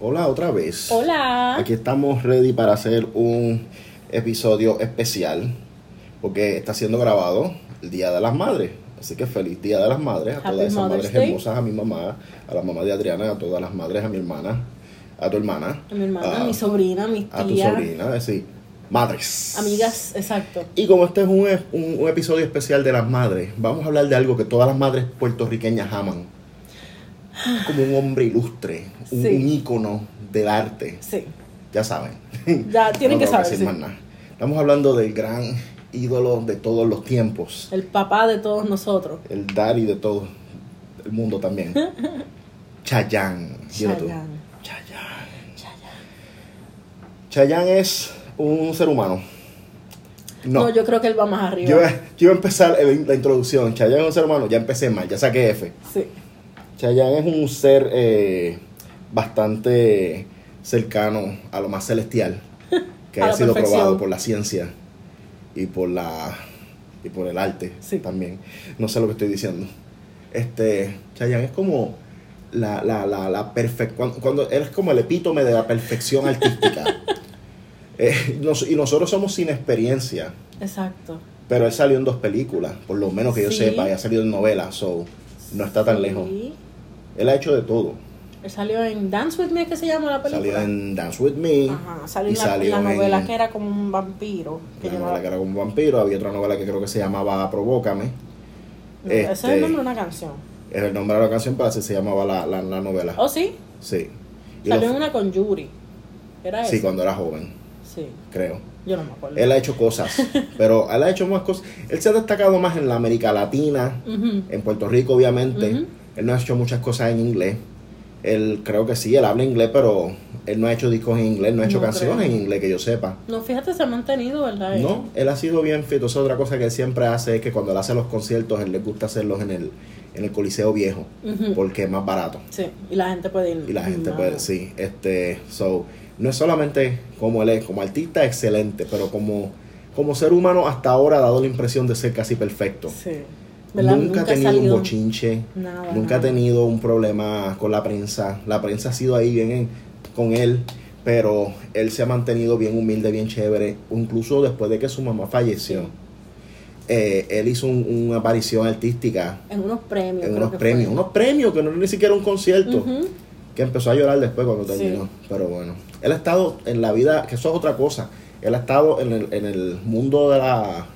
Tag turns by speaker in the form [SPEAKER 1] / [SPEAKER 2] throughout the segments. [SPEAKER 1] Hola otra vez.
[SPEAKER 2] Hola.
[SPEAKER 1] Aquí estamos ready para hacer un episodio especial porque está siendo grabado el Día de las Madres. Así que feliz Día de las Madres a
[SPEAKER 2] Happy
[SPEAKER 1] todas esas
[SPEAKER 2] Mother's
[SPEAKER 1] madres
[SPEAKER 2] Day.
[SPEAKER 1] hermosas, a mi mamá, a la mamá de Adriana, a todas las madres, a mi hermana, a tu hermana,
[SPEAKER 2] A mi hermana,
[SPEAKER 1] Ah.
[SPEAKER 2] a mi sobrina, a mis
[SPEAKER 1] a tu
[SPEAKER 2] tías.
[SPEAKER 1] sobrina, es decir, madres.
[SPEAKER 2] Amigas, exacto.
[SPEAKER 1] Y como este es un, un- un episodio especial de las madres, vamos a hablar de algo que todas las madres puertorriqueñas aman. Como un hombre ilustre, un,
[SPEAKER 2] Sí.
[SPEAKER 1] un ícono del arte.
[SPEAKER 2] Sí.
[SPEAKER 1] Ya saben.
[SPEAKER 2] Ya tienen
[SPEAKER 1] No tengo
[SPEAKER 2] que saber.
[SPEAKER 1] decir
[SPEAKER 2] sí.
[SPEAKER 1] más nada. Estamos hablando del gran ídolo de todos los tiempos.
[SPEAKER 2] El papá de todos nosotros.
[SPEAKER 1] El daddy de todo el mundo también. Chayanne. Dilo tú.
[SPEAKER 2] Chayanne.
[SPEAKER 1] Chayanne.
[SPEAKER 2] Chayanne.
[SPEAKER 1] Chayanne es un ser humano.
[SPEAKER 2] No. yo creo que él va más arriba.
[SPEAKER 1] Yo, yo iba a empezar el- la introducción. Chayanne es un ser humano. Ya empecé mal, ya saqué F.
[SPEAKER 2] Sí.
[SPEAKER 1] Chayanne es un ser eh, bastante cercano a lo más celestial que
[SPEAKER 2] A
[SPEAKER 1] ha
[SPEAKER 2] la
[SPEAKER 1] sido
[SPEAKER 2] perfección.
[SPEAKER 1] probado por la ciencia y por la y por el arte
[SPEAKER 2] Sí.
[SPEAKER 1] también. No sé lo que estoy diciendo. Este Chayanne es como la, la, la, la perfec- cuando, cuando él es como el epítome de la perfección artística. Eh, nos- y nosotros somos sin experiencia.
[SPEAKER 2] Exacto.
[SPEAKER 1] Pero él salió en dos películas, por lo menos que yo
[SPEAKER 2] Sí.
[SPEAKER 1] sepa, y ha salido en novelas, so no está tan
[SPEAKER 2] Sí.
[SPEAKER 1] lejos. Él ha hecho de todo.
[SPEAKER 2] Él salió en Dance With Me, que se llama la película.
[SPEAKER 1] Salió en Dance With Me,
[SPEAKER 2] Ajá, salió
[SPEAKER 1] y
[SPEAKER 2] en la,
[SPEAKER 1] salió
[SPEAKER 2] la novela
[SPEAKER 1] en-
[SPEAKER 2] que era como un vampiro. Que
[SPEAKER 1] la
[SPEAKER 2] llevaba-
[SPEAKER 1] novela que era como un vampiro, había otra novela que creo que se llamaba Provócame.
[SPEAKER 2] No, Ese es
[SPEAKER 1] este-
[SPEAKER 2] el nombre de una canción.
[SPEAKER 1] Es el nombre de la canción, pero así se llamaba la, la, la novela.
[SPEAKER 2] Oh, sí.
[SPEAKER 1] Sí. Y
[SPEAKER 2] Salió
[SPEAKER 1] lo-
[SPEAKER 2] en una con Yuri. Era
[SPEAKER 1] sí,
[SPEAKER 2] esa.
[SPEAKER 1] cuando era joven,
[SPEAKER 2] Sí.
[SPEAKER 1] creo.
[SPEAKER 2] Yo no me acuerdo.
[SPEAKER 1] Él ha hecho cosas, pero él ha hecho más cosas. Él se ha destacado más en la América Latina,
[SPEAKER 2] Ujú.
[SPEAKER 1] en Puerto Rico obviamente.
[SPEAKER 2] Ujú.
[SPEAKER 1] Él no ha hecho muchas cosas en inglés. Él creo que sí, él habla inglés, pero él no ha hecho discos en inglés, no ha hecho
[SPEAKER 2] No
[SPEAKER 1] canciones
[SPEAKER 2] creo.
[SPEAKER 1] en inglés que yo sepa.
[SPEAKER 2] No, fíjate, se ha mantenido, ¿verdad?
[SPEAKER 1] No, él ha sido bien fit. O sea, otra cosa que él siempre hace es que cuando él hace los conciertos, él le gusta hacerlos en el, en el Coliseo Viejo,
[SPEAKER 2] Ujú.
[SPEAKER 1] porque es más barato.
[SPEAKER 2] Sí, y la gente puede ir.
[SPEAKER 1] Y la gente
[SPEAKER 2] Wow.
[SPEAKER 1] puede, sí, este, so, no es solamente como él es, como artista excelente, pero como, como ser humano hasta ahora ha dado la impresión de ser casi perfecto.
[SPEAKER 2] Sí.
[SPEAKER 1] Nunca, ha
[SPEAKER 2] ¿Verdad? ha
[SPEAKER 1] tenido un
[SPEAKER 2] salido
[SPEAKER 1] bochinche,
[SPEAKER 2] Nada.
[SPEAKER 1] nunca ha
[SPEAKER 2] nada.
[SPEAKER 1] tenido un problema con la prensa. La prensa ha sido ahí bien en- con él, pero él se ha mantenido bien humilde, bien chévere, incluso después de que su mamá falleció.
[SPEAKER 2] Sí.
[SPEAKER 1] Eh, él hizo un- una aparición artística
[SPEAKER 2] En unos premios.
[SPEAKER 1] en
[SPEAKER 2] creo
[SPEAKER 1] unos
[SPEAKER 2] que
[SPEAKER 1] premios,
[SPEAKER 2] fue.
[SPEAKER 1] unos premios que no era ni siquiera un concierto,
[SPEAKER 2] Ujú.
[SPEAKER 1] que empezó a llorar después cuando
[SPEAKER 2] Sí.
[SPEAKER 1] terminó. Pero bueno, él ha estado en la vida, que eso es otra cosa, él ha estado en el, en el mundo de la,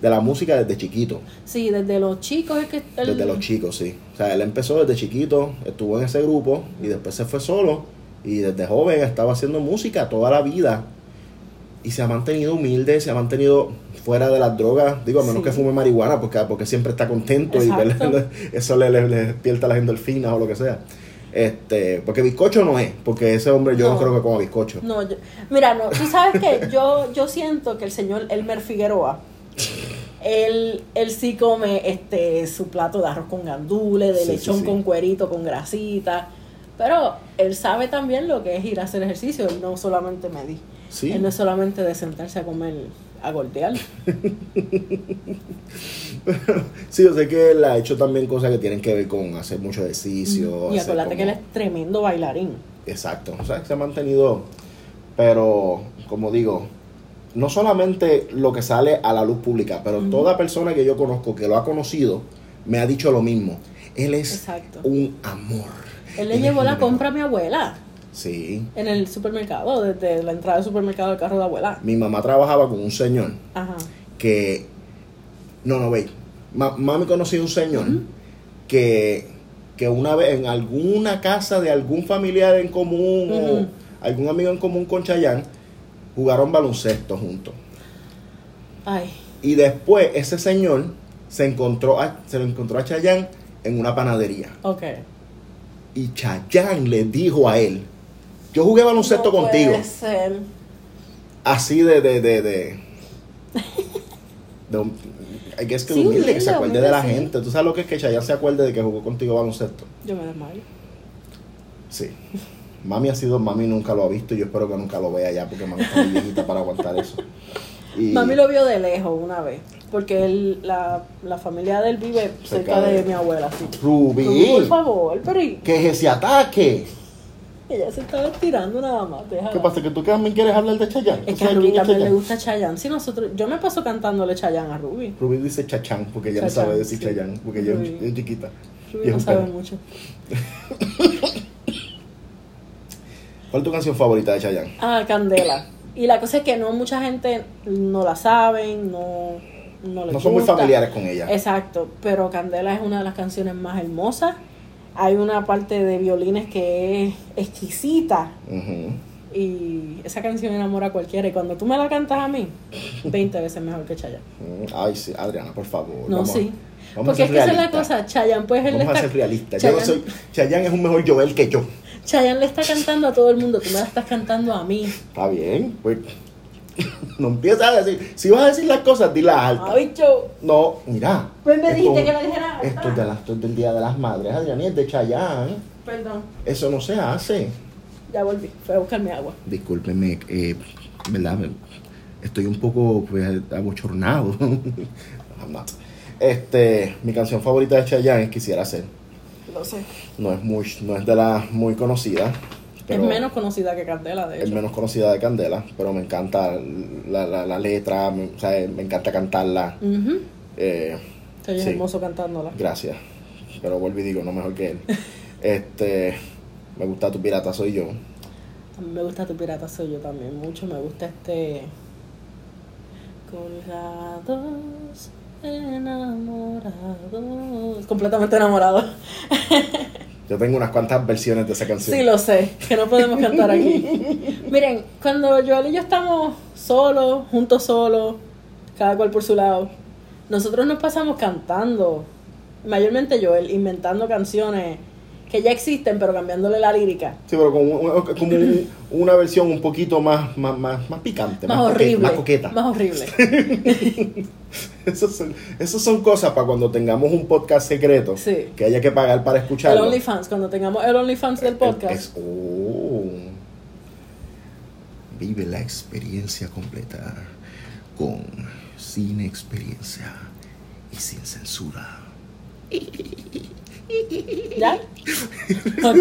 [SPEAKER 1] de la música desde chiquito.
[SPEAKER 2] Sí, desde los chicos es que. el-
[SPEAKER 1] Desde los chicos, sí. O sea, él empezó desde chiquito, estuvo en ese grupo y después se fue solo. Y desde joven estaba haciendo música toda la vida. Y se ha mantenido humilde, se ha mantenido fuera de las drogas. Digo, a menos
[SPEAKER 2] Sí.
[SPEAKER 1] que fume marihuana, porque, porque siempre está contento y le-
[SPEAKER 2] Exacto.
[SPEAKER 1] le- eso le, le- le despierta las endorfinas o lo que sea. Este, porque bizcocho no es, porque ese hombre yo no,
[SPEAKER 2] No.
[SPEAKER 1] creo que coma bizcocho.
[SPEAKER 2] No, yo- mira, no, tú sabes que yo, yo siento que el señor Elmer Figueroa, él, él sí come este su plato de arroz con gandules, de
[SPEAKER 1] Sí, sí,
[SPEAKER 2] lechón
[SPEAKER 1] sí.
[SPEAKER 2] con cuerito, con grasita, pero él sabe también lo que es ir a hacer ejercicio, él no solamente medir,
[SPEAKER 1] Sí.
[SPEAKER 2] él no es solamente de sentarse a comer, a golpear.
[SPEAKER 1] sí, yo sé que él ha hecho también cosas que tienen que ver con hacer mucho ejercicio.
[SPEAKER 2] y
[SPEAKER 1] hacer
[SPEAKER 2] acuérdate que él
[SPEAKER 1] como-
[SPEAKER 2] es tremendo bailarín.
[SPEAKER 1] Exacto, o sea, que se ha mantenido, pero como digo, no solamente lo que sale a la luz pública, pero
[SPEAKER 2] Ujú.
[SPEAKER 1] toda persona que yo conozco que lo ha conocido me ha dicho lo mismo. Él es
[SPEAKER 2] Exacto.
[SPEAKER 1] un amor.
[SPEAKER 2] Él
[SPEAKER 1] Él
[SPEAKER 2] le
[SPEAKER 1] es
[SPEAKER 2] llevó la
[SPEAKER 1] un-
[SPEAKER 2] compra a mi abuela
[SPEAKER 1] Sí.
[SPEAKER 2] en el supermercado, desde la entrada del supermercado al carro de abuela.
[SPEAKER 1] Mi mamá trabajaba con un señor
[SPEAKER 2] Ajá.
[SPEAKER 1] que. No, no, veis. mami conocía un señor que, que una vez en alguna casa de algún familiar en común
[SPEAKER 2] Ujú.
[SPEAKER 1] o algún amigo en común con Chayán jugaron baloncesto juntos.
[SPEAKER 2] Ay,
[SPEAKER 1] Y después ese señor se encontró a, se lo encontró a Chayanne en una panadería.
[SPEAKER 2] ok.
[SPEAKER 1] Y Chayanne le dijo a él, yo jugué baloncesto
[SPEAKER 2] No
[SPEAKER 1] contigo.
[SPEAKER 2] puede ser.
[SPEAKER 1] Así de, de, de, de. de hum- I guess que
[SPEAKER 2] Sí,
[SPEAKER 1] humilde, que se
[SPEAKER 2] humilde,
[SPEAKER 1] acuerde
[SPEAKER 2] humilde,
[SPEAKER 1] de la
[SPEAKER 2] sí.
[SPEAKER 1] gente. ¿Tú sabes lo que es que Chayanne se acuerde de que jugó contigo baloncesto?
[SPEAKER 2] Yo me desmayo.
[SPEAKER 1] Sí. Mami ha sido, mami nunca lo ha visto y yo espero que nunca lo vea ya porque mami está muy viejita para aguantar eso. Y-
[SPEAKER 2] Mami lo vio de lejos una vez, porque él, la, la familia de él vive cerca
[SPEAKER 1] de-
[SPEAKER 2] de mi abuela. Sí.
[SPEAKER 1] Rubí,
[SPEAKER 2] Por favor, pero y-
[SPEAKER 1] ¿qué es ese ataque?
[SPEAKER 2] Ella se estaba estirando nada más. déjala.
[SPEAKER 1] ¿Qué pasa? ¿Que tú también quieres hablar de Chayanne? ¿Tú
[SPEAKER 2] Es que a
[SPEAKER 1] sabes
[SPEAKER 2] Ruby
[SPEAKER 1] quién es
[SPEAKER 2] también le
[SPEAKER 1] Chayanne?
[SPEAKER 2] gusta Chayanne. Si nosotros, yo me paso cantándole Chayanne a Ruby.
[SPEAKER 1] Rubí dice Chachán porque ella no
[SPEAKER 2] Chachán,
[SPEAKER 1] sabe decir
[SPEAKER 2] sí.
[SPEAKER 1] Chayanne porque ella es-
[SPEAKER 2] Rubí.
[SPEAKER 1] es chiquita. Y
[SPEAKER 2] Ruby
[SPEAKER 1] es
[SPEAKER 2] no
[SPEAKER 1] un
[SPEAKER 2] sabe
[SPEAKER 1] pene.
[SPEAKER 2] mucho.
[SPEAKER 1] ¿Cuál es tu canción favorita de Chayanne?
[SPEAKER 2] Ah, Candela. Y la cosa es que no mucha gente no la saben, no, no les
[SPEAKER 1] No son muy
[SPEAKER 2] gusta.
[SPEAKER 1] familiares con ella.
[SPEAKER 2] Exacto, pero Candela es una de las canciones más hermosas. Hay una parte de violines que es exquisita
[SPEAKER 1] Ujú.
[SPEAKER 2] y esa canción enamora a cualquiera. Y cuando tú me la cantas a mí, 20 veces mejor que Chayanne.
[SPEAKER 1] Mm, Ay, sí, Adriana, por favor.
[SPEAKER 2] No,
[SPEAKER 1] vamos a-
[SPEAKER 2] sí.
[SPEAKER 1] vamos
[SPEAKER 2] Porque
[SPEAKER 1] a ser
[SPEAKER 2] es que esa es la
[SPEAKER 1] realistas.
[SPEAKER 2] cosa. Chayanne, pues él le
[SPEAKER 1] Vamos a
[SPEAKER 2] está,
[SPEAKER 1] ser realistas. Yo
[SPEAKER 2] Chayanne,
[SPEAKER 1] no soy. Chayanne es un mejor Joel que yo.
[SPEAKER 2] Chayanne le está cantando a todo el mundo, tú me la estás cantando a mí.
[SPEAKER 1] Está bien, pues. No empiezas a decir. Si vas a decir las cosas, dilas altas.
[SPEAKER 2] Ay, yo.
[SPEAKER 1] No, mira.
[SPEAKER 2] Pues me
[SPEAKER 1] esto-
[SPEAKER 2] dijiste que la dijera alta.
[SPEAKER 1] Esto es, de las- esto es del Día de las Madres, Adriana, y es de Chayanne.
[SPEAKER 2] Perdón,
[SPEAKER 1] Eso no se hace.
[SPEAKER 2] ya volví. Fui a buscar mi agua.
[SPEAKER 1] Discúlpeme, eh, ¿verdad? Estoy un poco pues, abochornado. I'm not. Este, mi canción favorita de Chayanne es Quisiera Ser.
[SPEAKER 2] Lo sé.
[SPEAKER 1] No es, muy, no es de las muy conocidas. pero
[SPEAKER 2] es menos conocida que Candela, de
[SPEAKER 1] es
[SPEAKER 2] hecho.
[SPEAKER 1] menos conocida de Candela, pero me encanta la, la- la letra, me, o sea, me encanta cantarla.
[SPEAKER 2] Ujú.
[SPEAKER 1] Eh,
[SPEAKER 2] Te oyes
[SPEAKER 1] Sí.
[SPEAKER 2] hermoso cantándola.
[SPEAKER 1] gracias. Pero vuelvo y digo, no mejor que él. Este, me gusta tu pirata, soy yo.
[SPEAKER 2] A mí me gusta tu pirata, soy yo también. Mucho me gusta este. Colgados, enamorados. Completamente enamorados.
[SPEAKER 1] Yo tengo unas cuantas versiones de esa canción.
[SPEAKER 2] Sí, lo sé, que no podemos cantar aquí. Miren, cuando Joel y yo estamos solos, juntos solos, cada cual por su lado, nosotros nos pasamos cantando, mayormente Joel, inventando canciones que ya existen, pero cambiándole la lírica.
[SPEAKER 1] Sí, pero con, un- como un- una versión un poquito más, más, más, más picante,
[SPEAKER 2] Más,
[SPEAKER 1] coque-
[SPEAKER 2] horrible.
[SPEAKER 1] más coqueta.
[SPEAKER 2] Más horrible.
[SPEAKER 1] Esas son, esas son cosas para cuando tengamos un podcast secreto
[SPEAKER 2] Sí.
[SPEAKER 1] que haya que pagar para
[SPEAKER 2] El
[SPEAKER 1] escucharlo.
[SPEAKER 2] OnlyFans, cuando tengamos el OnlyFans
[SPEAKER 1] Eh,
[SPEAKER 2] del podcast.
[SPEAKER 1] Es- oh. Vive la experiencia completa con sin experiencia y sin censura.
[SPEAKER 2] ¿Ya? Ok.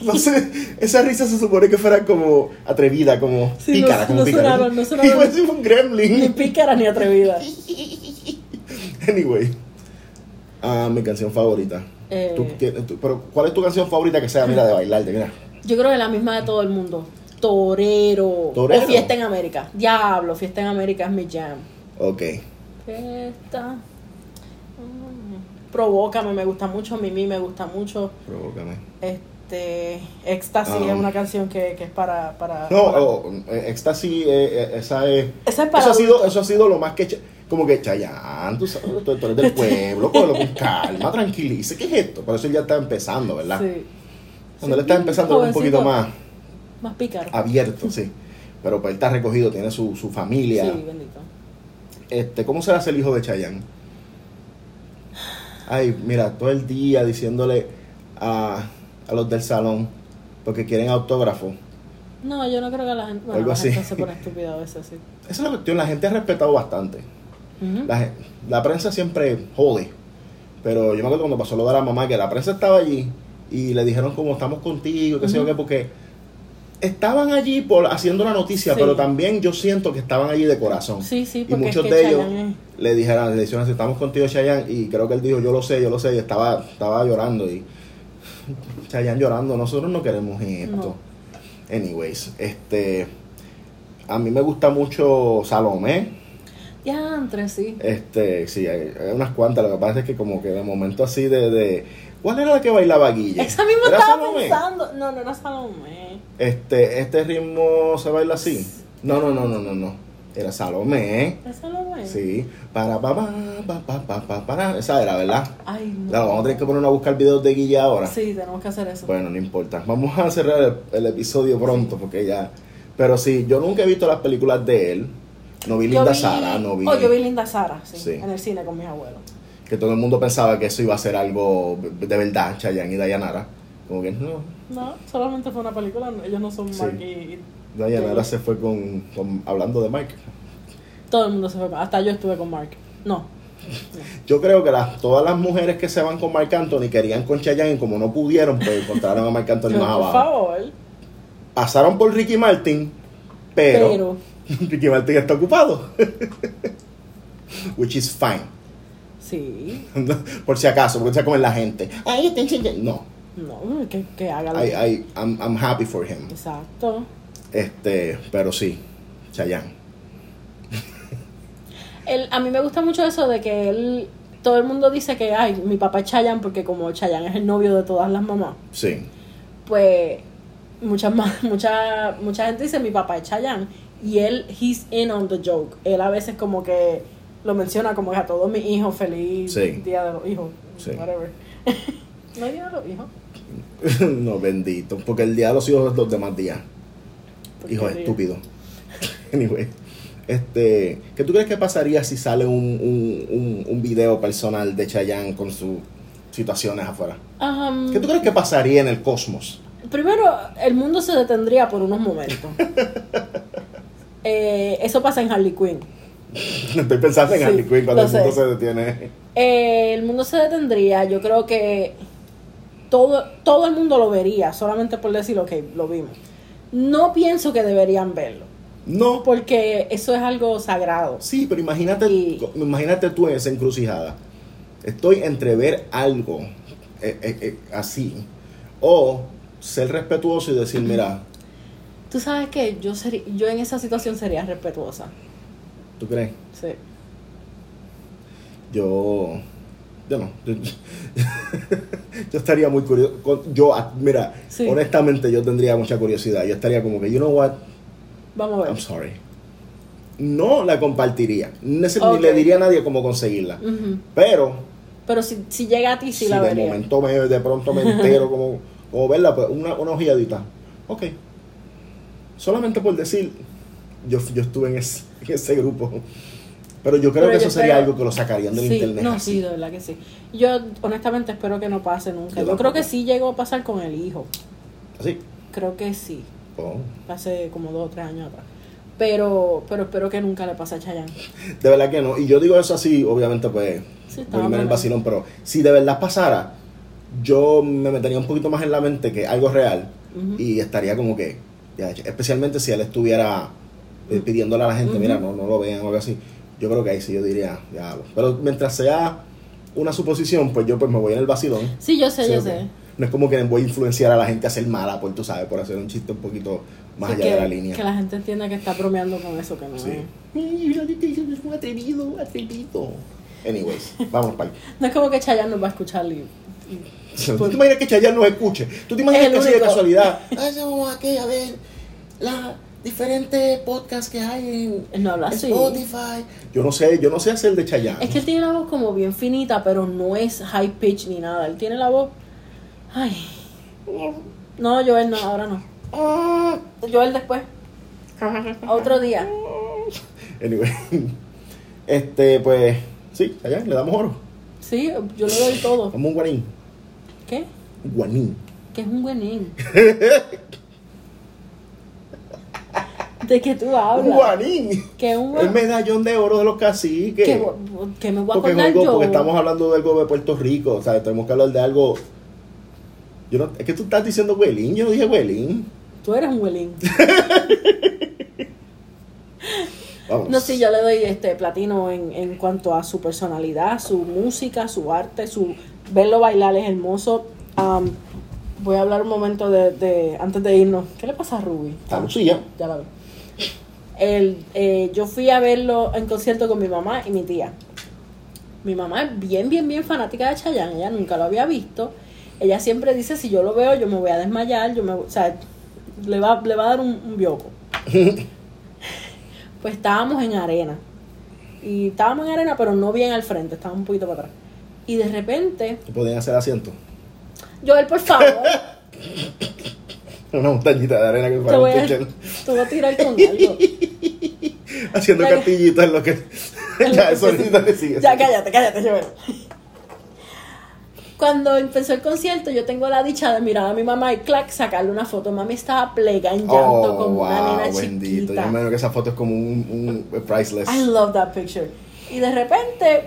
[SPEAKER 1] No sé, esa risa se supone que fuera como atrevida, como
[SPEAKER 2] Sí,
[SPEAKER 1] pícara,
[SPEAKER 2] no-
[SPEAKER 1] como
[SPEAKER 2] no
[SPEAKER 1] pícara.
[SPEAKER 2] sonaron, no sonaron.
[SPEAKER 1] Y fue así un gremlin.
[SPEAKER 2] Ni pícara ni atrevida.
[SPEAKER 1] Anyway, ah, mi canción favorita.
[SPEAKER 2] Eh,
[SPEAKER 1] Tú tienes- tú- pero ¿cuál es tu canción favorita que sea, mira, de bailarte? Mira,
[SPEAKER 2] Yo creo que la misma de todo el mundo. Torero.
[SPEAKER 1] Torero.
[SPEAKER 2] O Fiesta en América. Diablo, Fiesta en América es mi jam.
[SPEAKER 1] ok.
[SPEAKER 2] Fiesta. Mm. Provócame, me gusta mucho. Mimi me gusta mucho.
[SPEAKER 1] Provócame.
[SPEAKER 2] Este. Éxtasis
[SPEAKER 1] Ah.
[SPEAKER 2] es una canción que, que es para. para
[SPEAKER 1] No,
[SPEAKER 2] para-
[SPEAKER 1] oh, eh, Ecstasy, eh, eh, esa es.
[SPEAKER 2] Esa es para.
[SPEAKER 1] Eso ha, sido, eso ha sido lo más que. Cha- Como que Chayanne, tú sabes, tú, tú eres del pueblo, cógelo con calma, tranquilice. ¿Qué es esto? Por eso él ya está empezando, ¿verdad?
[SPEAKER 2] Sí.
[SPEAKER 1] Cuando él
[SPEAKER 2] Sí,
[SPEAKER 1] está empezando es un
[SPEAKER 2] jovencito.
[SPEAKER 1] poquito más
[SPEAKER 2] Más pícaro.
[SPEAKER 1] Ah, abierto, sí. Pero pues, él está recogido, tiene su, su
[SPEAKER 2] sí,
[SPEAKER 1] familia.
[SPEAKER 2] bendito.
[SPEAKER 1] Este, ¿cómo se hace el hijo de Chayanne? Ay, mira, todo el día diciéndole a, a los del salón porque quieren autógrafo.
[SPEAKER 2] No, yo no creo que la gente. Bueno,
[SPEAKER 1] Algo
[SPEAKER 2] la gente
[SPEAKER 1] así.
[SPEAKER 2] se pone estúpida a veces, sí.
[SPEAKER 1] Esa es la cuestión, la gente ha respetado bastante.
[SPEAKER 2] Ujú.
[SPEAKER 1] La, gen- la prensa siempre jode. Pero yo me acuerdo cuando pasó lo de la mamá, que la prensa estaba allí y le dijeron como estamos contigo, qué sé yo
[SPEAKER 2] Ujú.
[SPEAKER 1] qué, porque estaban allí por haciendo la noticia,
[SPEAKER 2] Sí.
[SPEAKER 1] pero también yo siento que estaban allí de corazón.
[SPEAKER 2] Sí, sí,
[SPEAKER 1] y
[SPEAKER 2] porque
[SPEAKER 1] muchos
[SPEAKER 2] es que
[SPEAKER 1] de ellos
[SPEAKER 2] Chayanne es-
[SPEAKER 1] le dijeron, le dijeron, estamos contigo Chayanne y creo que él dijo, yo lo sé, yo lo sé, y estaba, estaba llorando y Chayanne llorando, nosotros no queremos esto. Anyways, este, a mí me gusta mucho Salomé,
[SPEAKER 2] Diantre, sí.
[SPEAKER 1] este, sí, hay, hay unas cuantas, lo que pasa es que como que de momento así de, de ¿cuál era la que bailaba Guille?
[SPEAKER 2] Esa misma
[SPEAKER 1] ¿Era
[SPEAKER 2] estaba
[SPEAKER 1] Salomé?
[SPEAKER 2] pensando. No, no era Salomé.
[SPEAKER 1] Este, este ritmo se baila así. No, no, no, no, no, no, era Salomé,
[SPEAKER 2] ¿Es Salomé?
[SPEAKER 1] Sí, para pa pa pa pa pa pa para. Esa era, ¿verdad?
[SPEAKER 2] Ay, no.
[SPEAKER 1] Claro, vamos a tener que ponernos a buscar videos de Guille ahora.
[SPEAKER 2] Sí, tenemos que hacer eso.
[SPEAKER 1] Bueno, no importa. Vamos a cerrar el, el episodio pronto porque ya. Pero sí, yo nunca he visto las películas de él. No vi
[SPEAKER 2] Yo
[SPEAKER 1] Linda
[SPEAKER 2] vi-
[SPEAKER 1] Sara, no vi,
[SPEAKER 2] Oh, yo vi Linda Sara, sí,
[SPEAKER 1] Sí.
[SPEAKER 2] En el cine con mis abuelos.
[SPEAKER 1] que todo el mundo pensaba que eso iba a ser algo de verdad, Chayanne y Dayanara. Como que no,
[SPEAKER 2] No, solamente fue una película. no, Ellos no son
[SPEAKER 1] Sí.
[SPEAKER 2] Mark y, y
[SPEAKER 1] Dayanara
[SPEAKER 2] Sí.
[SPEAKER 1] se fue con, con- hablando de Mike.
[SPEAKER 2] Todo el mundo se fue. con- Hasta yo estuve con Mark. No,
[SPEAKER 1] Yo creo que las, todas las mujeres que se van con Marc Anthony querían con Chayanne y como no pudieron, pues encontraron a Marc Anthony
[SPEAKER 2] Pero,
[SPEAKER 1] más
[SPEAKER 2] por
[SPEAKER 1] abajo.
[SPEAKER 2] favor.
[SPEAKER 1] Pasaron por Ricky Martin, pero,
[SPEAKER 2] Pero,
[SPEAKER 1] Ricky Martin está ocupado. Which is fine.
[SPEAKER 2] sí.
[SPEAKER 1] por si acaso, porque se comen la gente. Ay, yo te enseñé. No,
[SPEAKER 2] No, que, que haga lo
[SPEAKER 1] I,
[SPEAKER 2] que-
[SPEAKER 1] I, I'm, I'm happy for him.
[SPEAKER 2] Exacto.
[SPEAKER 1] Este, pero sí, Chayanne.
[SPEAKER 2] Él- a mí me gusta mucho eso de que él. Todo el mundo dice que, ay, mi papá es Chayanne porque como Chayanne es el novio de todas las mamás,
[SPEAKER 1] Sí.
[SPEAKER 2] pues muchas más, mucha, mucha gente dice mi papá es Chayanne y él, he's in on the joke. Él a veces como que lo menciona como que a todos mis hijos, feliz
[SPEAKER 1] Sí.
[SPEAKER 2] día de los hijos,
[SPEAKER 1] Sí.
[SPEAKER 2] whatever. no hay día de los hijos.
[SPEAKER 1] no, bendito. Porque el día de los hijos es los demás días.
[SPEAKER 2] Porque
[SPEAKER 1] Hijo
[SPEAKER 2] sí.
[SPEAKER 1] estúpido. Anyway. Este, ¿qué tú crees que pasaría si sale un, un, un, un video personal de Chayanne con sus situaciones afuera?
[SPEAKER 2] Ajam,
[SPEAKER 1] ¿Qué tú crees que pasaría en el cosmos?
[SPEAKER 2] um, Primero, el mundo se detendría por unos momentos. Eh, eso pasa en Harley Quinn.
[SPEAKER 1] Estoy pensando en
[SPEAKER 2] Sí,
[SPEAKER 1] Harley Quinn cuando
[SPEAKER 2] lo
[SPEAKER 1] el mundo
[SPEAKER 2] sé.
[SPEAKER 1] se detiene.
[SPEAKER 2] Eh, el mundo se detendría, yo creo que todo, todo el mundo lo vería, solamente por decir, ok, lo vimos. No pienso que deberían verlo,
[SPEAKER 1] No.
[SPEAKER 2] porque eso es algo sagrado.
[SPEAKER 1] Sí, pero imagínate,
[SPEAKER 2] Y-
[SPEAKER 1] imagínate tú en esa encrucijada. Estoy entre ver algo eh, eh, eh, así o ser respetuoso y decir, mira,
[SPEAKER 2] Tú sabes que yo, seri- yo en esa situación sería respetuosa.
[SPEAKER 1] ¿tú crees?
[SPEAKER 2] Sí.
[SPEAKER 1] Yo, yo no, yo, yo estaría muy curioso. con- Yo, ah, mira,
[SPEAKER 2] Sí.
[SPEAKER 1] honestamente yo tendría mucha curiosidad. Yo estaría como que, you know what,
[SPEAKER 2] Vamos a
[SPEAKER 1] I'm
[SPEAKER 2] ver.
[SPEAKER 1] sorry. No la compartiría. Ni, se- ni
[SPEAKER 2] Ok.
[SPEAKER 1] le diría a nadie cómo conseguirla.
[SPEAKER 2] Ujú.
[SPEAKER 1] Pero
[SPEAKER 2] Pero si, si llega a ti, sí
[SPEAKER 1] si
[SPEAKER 2] la
[SPEAKER 1] de
[SPEAKER 2] vería.
[SPEAKER 1] momento me, de pronto me entero como, como verla, pues una, una ojeadita. Ok. Solamente por decir, yo, yo estuve en ese, en ese grupo. Pero yo creo
[SPEAKER 2] Pero
[SPEAKER 1] que
[SPEAKER 2] yo
[SPEAKER 1] eso sería
[SPEAKER 2] espero-
[SPEAKER 1] algo que lo sacarían del
[SPEAKER 2] Sí,
[SPEAKER 1] internet.
[SPEAKER 2] no,
[SPEAKER 1] así.
[SPEAKER 2] sí, de verdad que sí. Yo honestamente espero que no pase nunca.
[SPEAKER 1] Yo
[SPEAKER 2] Yo, creo
[SPEAKER 1] tampoco.
[SPEAKER 2] que sí llegó a pasar con el hijo.
[SPEAKER 1] Así.
[SPEAKER 2] Creo que sí.
[SPEAKER 1] Oh.
[SPEAKER 2] Hace como dos o tres años atrás. Pero, pero espero que nunca le pase a Chayanne.
[SPEAKER 1] De verdad que no. Y yo digo eso así, obviamente, pues,
[SPEAKER 2] Sí, estaba
[SPEAKER 1] por irme en el
[SPEAKER 2] mal.
[SPEAKER 1] vacilón. Pero si de verdad pasara, yo me metería un poquito más en la mente que algo real.
[SPEAKER 2] Ujú.
[SPEAKER 1] y estaría como que, ya, especialmente si él estuviera eh, pidiéndole a la gente,
[SPEAKER 2] Ujú.
[SPEAKER 1] mira, no, no lo vean o algo así, yo creo que ahí sí yo diría, ya, lo". pero mientras sea una suposición, pues yo pues me voy en el vacilón.
[SPEAKER 2] Sí, yo sé,
[SPEAKER 1] Sí,
[SPEAKER 2] yo
[SPEAKER 1] ok.
[SPEAKER 2] sé.
[SPEAKER 1] No es como que voy a influenciar a la gente a ser mala, por tú sabes, por hacer un chiste un poquito más
[SPEAKER 2] Sí,
[SPEAKER 1] allá
[SPEAKER 2] que,
[SPEAKER 1] de la línea.
[SPEAKER 2] que la gente entienda que está bromeando con eso que no
[SPEAKER 1] Sí.
[SPEAKER 2] es.
[SPEAKER 1] Mira, es un atrevido, atrevido. Anyways, vamos para
[SPEAKER 2] No es como que Chayanne nos va a escuchar y-
[SPEAKER 1] ¿Tú te imaginas que Chayanne nos escuche? ¿Tú te imaginas
[SPEAKER 2] El
[SPEAKER 1] que así de
[SPEAKER 2] único.
[SPEAKER 1] casualidad? Ah, ya vamos aquí a ver las diferentes podcasts que hay en
[SPEAKER 2] él no habla así.
[SPEAKER 1] Spotify. Yo no sé, yo no sé hacer de Chayanne.
[SPEAKER 2] Ah, Es que él tiene la voz como bien finita, pero no es high pitch ni nada. Él tiene la voz. Ay. No, Joel no, ahora no.
[SPEAKER 1] Ah.
[SPEAKER 2] Joel después. Otro día.
[SPEAKER 1] Anyway, este, pues, sí, Chayanne, le damos oro.
[SPEAKER 2] Sí, yo le doy todo.
[SPEAKER 1] Damos un guanín.
[SPEAKER 2] ¿Qué?
[SPEAKER 1] Un guanín.
[SPEAKER 2] Que es un guanín. ¿De qué tú
[SPEAKER 1] Un
[SPEAKER 2] hablas?
[SPEAKER 1] guanín.
[SPEAKER 2] Que es un
[SPEAKER 1] El
[SPEAKER 2] guanín.
[SPEAKER 1] medallón de oro de los caciques.
[SPEAKER 2] Que, vo- que me voy a
[SPEAKER 1] Porque,
[SPEAKER 2] acordar
[SPEAKER 1] Jorgo,
[SPEAKER 2] yo.
[SPEAKER 1] porque estamos hablando de algo de Puerto Rico, o sea, tenemos que hablar de algo. Yo no, es que tú estás diciendo huelín, yo no dije huelín.
[SPEAKER 2] Tú eres un guelín.
[SPEAKER 1] Vamos.
[SPEAKER 2] No, sí, yo le doy este platino en, en cuanto a su personalidad, su música, su arte, su verlo bailar es hermoso. Am, voy a hablar un momento de, de- antes de irnos. ¿Qué le pasa a Ruby?
[SPEAKER 1] A Lucía.
[SPEAKER 2] Ya la vi. El, eh, yo fui a verlo en concierto con mi mamá y mi tía. Mi mamá es bien, bien, bien fanática de Chayanne. Ella nunca lo había visto. Ella siempre dice, si yo lo veo, yo me voy a desmayar. Yo me, o sea, le va, le va a dar un, un bioco. pues estábamos en arena. Y estábamos en arena, pero no bien al frente. Estábamos un poquito para atrás. Y de repente,
[SPEAKER 1] ¿Te podían hacer asiento?
[SPEAKER 2] Joel, por favor,
[SPEAKER 1] Una montañita de arena que
[SPEAKER 2] te
[SPEAKER 1] para
[SPEAKER 2] voy
[SPEAKER 1] un
[SPEAKER 2] a,
[SPEAKER 1] techo,
[SPEAKER 2] te voy a tirar con algo.
[SPEAKER 1] haciendo
[SPEAKER 2] Ya que-
[SPEAKER 1] cartillitas en lo que.
[SPEAKER 2] lo
[SPEAKER 1] ya,
[SPEAKER 2] que
[SPEAKER 1] eso ahorita le sigue.
[SPEAKER 2] Ya, cállate, cállate, yo Cuando empezó el concierto, yo tengo la dicha de mirar a mi mamá y clac, sacarle una foto. Mami estaba plega en llanto
[SPEAKER 1] Oh,
[SPEAKER 2] como una
[SPEAKER 1] wow,
[SPEAKER 2] nena
[SPEAKER 1] bendito. Yo
[SPEAKER 2] chiquita.
[SPEAKER 1] me imagino que esa foto es como un, un priceless.
[SPEAKER 2] I love that picture. Y de repente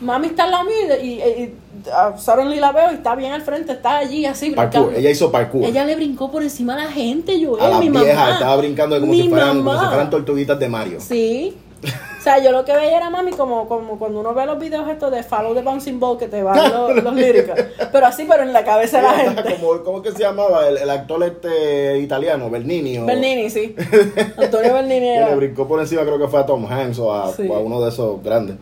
[SPEAKER 2] Mami está al lado mío y, y, y, y, ah, suddenly la veo y está bien al frente, está allí así
[SPEAKER 1] Parkour.
[SPEAKER 2] brincando.
[SPEAKER 1] pues, Ella hizo parkour.
[SPEAKER 2] Ella le brincó por encima a la gente, yo,
[SPEAKER 1] a
[SPEAKER 2] eh,
[SPEAKER 1] la
[SPEAKER 2] mi
[SPEAKER 1] vieja
[SPEAKER 2] mamá.
[SPEAKER 1] estaba brincando como
[SPEAKER 2] Mi
[SPEAKER 1] si, fueran, como
[SPEAKER 2] mamá.
[SPEAKER 1] si fueran tortuguitas de Mario.
[SPEAKER 2] Sí. O sea, yo lo que veía era a mami como, como cuando uno ve los videos estos de Follow the Bouncing Ball que te van los, los líricas. Pero así, pero en la cabeza de la
[SPEAKER 1] Ella estaba
[SPEAKER 2] gente.
[SPEAKER 1] como, ¿Cómo que se llamaba? El, el actor este italiano, Bernini. o-
[SPEAKER 2] Bernini, sí. Antonio Bernini
[SPEAKER 1] Que le
[SPEAKER 2] era.
[SPEAKER 1] brincó por encima, creo que fue a Tom Hanks o a,
[SPEAKER 2] Sí.
[SPEAKER 1] o a uno de esos grandes.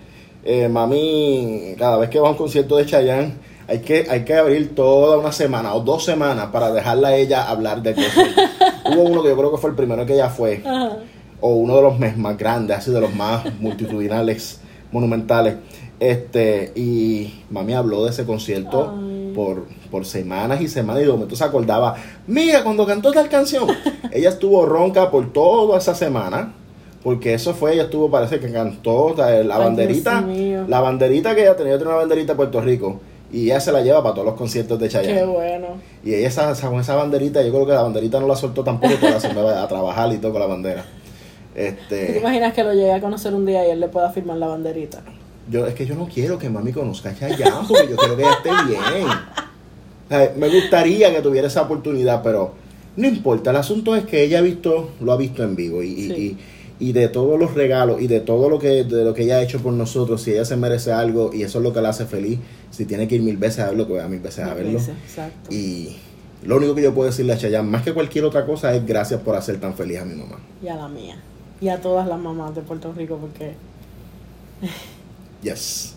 [SPEAKER 1] Eh, mami, cada vez que va a un concierto de Chayanne, hay que, hay que abrir toda una semana o dos semanas para dejarla a ella hablar de cosas. Hubo uno que yo creo que fue el primero que ella fue,
[SPEAKER 2] Ajá.
[SPEAKER 1] o uno de los mes- más grandes, así de los más multitudinales, monumentales. Este, y mami habló de ese concierto
[SPEAKER 2] Ay.
[SPEAKER 1] por, por semanas y semanas, y de momento se acordaba, mira, cuando cantó tal canción, ella estuvo ronca por toda esa semana, porque eso fue, ella estuvo, parece que cantó o sea, la
[SPEAKER 2] Ay,
[SPEAKER 1] banderita,
[SPEAKER 2] Dios mío.
[SPEAKER 1] la banderita que ella tenía, ella tenía una banderita de Puerto Rico, y ella se la lleva para todos los conciertos de Chayanne.
[SPEAKER 2] Qué bueno.
[SPEAKER 1] Y ella esa, esa- con esa banderita, yo creo que la banderita no la soltó tampoco para se me va a trabajar y todo con la bandera.
[SPEAKER 2] ¿Tú te
[SPEAKER 1] Este,
[SPEAKER 2] imaginas que lo llegue a conocer un día y él le pueda firmar la banderita?
[SPEAKER 1] yo, es que yo no quiero que mami conozca a Chayanne porque yo quiero que ella esté bien. O sea, me gustaría que tuviera esa oportunidad, pero no importa. El asunto es que ella ha visto, lo ha visto en vivo y, y-
[SPEAKER 2] Sí.
[SPEAKER 1] y- y de todos los regalos y de todo lo que, de lo que ella ha hecho por nosotros, si ella se merece algo y eso es lo que la hace feliz, si tiene que ir mil veces a verlo, que vaya mil veces a verlo.
[SPEAKER 2] Exacto.
[SPEAKER 1] Y lo único que yo puedo decirle a Chayanne, más que cualquier otra cosa, es gracias por hacer tan feliz a mi mamá.
[SPEAKER 2] Y a la mía. Y a todas las mamás de Puerto Rico porque...
[SPEAKER 1] Yes.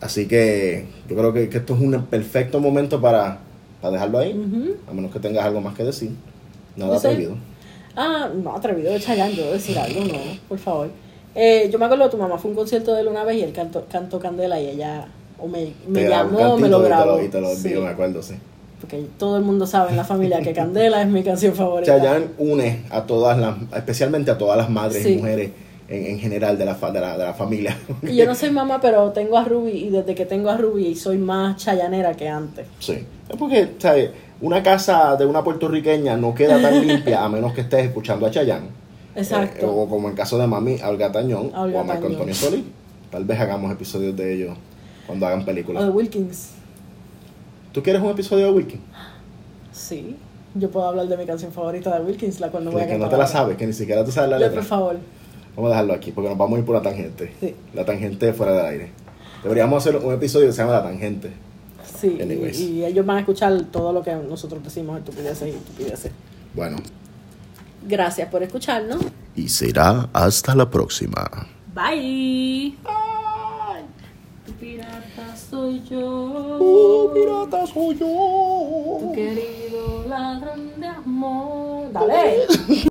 [SPEAKER 1] Así que yo creo que, que esto es un perfecto momento para, para dejarlo ahí,
[SPEAKER 2] Ujú.
[SPEAKER 1] a menos que tengas algo más que decir. Nada
[SPEAKER 2] No sé.
[SPEAKER 1] atrevido.
[SPEAKER 2] Ah, no, atrevido de Chayanne, yo decir algo, no, por favor. Eh, yo me acuerdo, tu mamá fue a un concierto de él una vez y él cantó, cantó Candela y ella o me, me
[SPEAKER 1] Te grabo un
[SPEAKER 2] llamó o me
[SPEAKER 1] cantito
[SPEAKER 2] lo
[SPEAKER 1] y te
[SPEAKER 2] grabó.
[SPEAKER 1] Y te lo
[SPEAKER 2] Sí,
[SPEAKER 1] envío, me acuerdo, sí.
[SPEAKER 2] porque todo el mundo sabe en la familia que Candela es mi canción favorita.
[SPEAKER 1] Chayanne une a todas las, especialmente a todas las madres y
[SPEAKER 2] Sí.
[SPEAKER 1] mujeres en, en general de la, fa- de la, de la familia.
[SPEAKER 2] Y yo no soy mamá, pero tengo a Ruby y desde que tengo a Ruby soy más chayanera que antes.
[SPEAKER 1] Sí. Es porque, ¿sabes? Una casa de una puertorriqueña no queda tan limpia a menos que estés escuchando a Chayanne. Eh,
[SPEAKER 2] Exacto.
[SPEAKER 1] o como en caso de mami, a Olga Tañón
[SPEAKER 2] A Olga
[SPEAKER 1] o a Marco
[SPEAKER 2] Tañón.
[SPEAKER 1] Antonio Solís. Tal vez hagamos episodios de ellos cuando hagan
[SPEAKER 2] o de
[SPEAKER 1] películas.
[SPEAKER 2] Wilkins.
[SPEAKER 1] ¿Tú quieres un episodio de Wilkin?
[SPEAKER 2] Sí. Yo puedo hablar de mi canción favorita de Wilkins, la cual no voy
[SPEAKER 1] que,
[SPEAKER 2] a
[SPEAKER 1] que
[SPEAKER 2] cantar.
[SPEAKER 1] no te la
[SPEAKER 2] ahora.
[SPEAKER 1] sabes, que ni siquiera tú sabes la
[SPEAKER 2] Le-
[SPEAKER 1] letra.
[SPEAKER 2] Por favor.
[SPEAKER 1] Vamos a dejarlo aquí porque nos vamos a ir por la tangente.
[SPEAKER 2] Sí.
[SPEAKER 1] La tangente fuera del aire. Deberíamos hacer un episodio que se llama La Tangente.
[SPEAKER 2] Sí, y-
[SPEAKER 1] Anyways.
[SPEAKER 2] y, ellos van a escuchar todo lo que nosotros decimos, estupideces y estupideces.
[SPEAKER 1] Bueno,
[SPEAKER 2] Gracias por escucharnos.
[SPEAKER 1] y será hasta la próxima.
[SPEAKER 2] Bye. Tu pirata soy yo.
[SPEAKER 1] ¡Oh, pirata soy yo!
[SPEAKER 2] Uh. Tu querido ladrón de amor. Dale.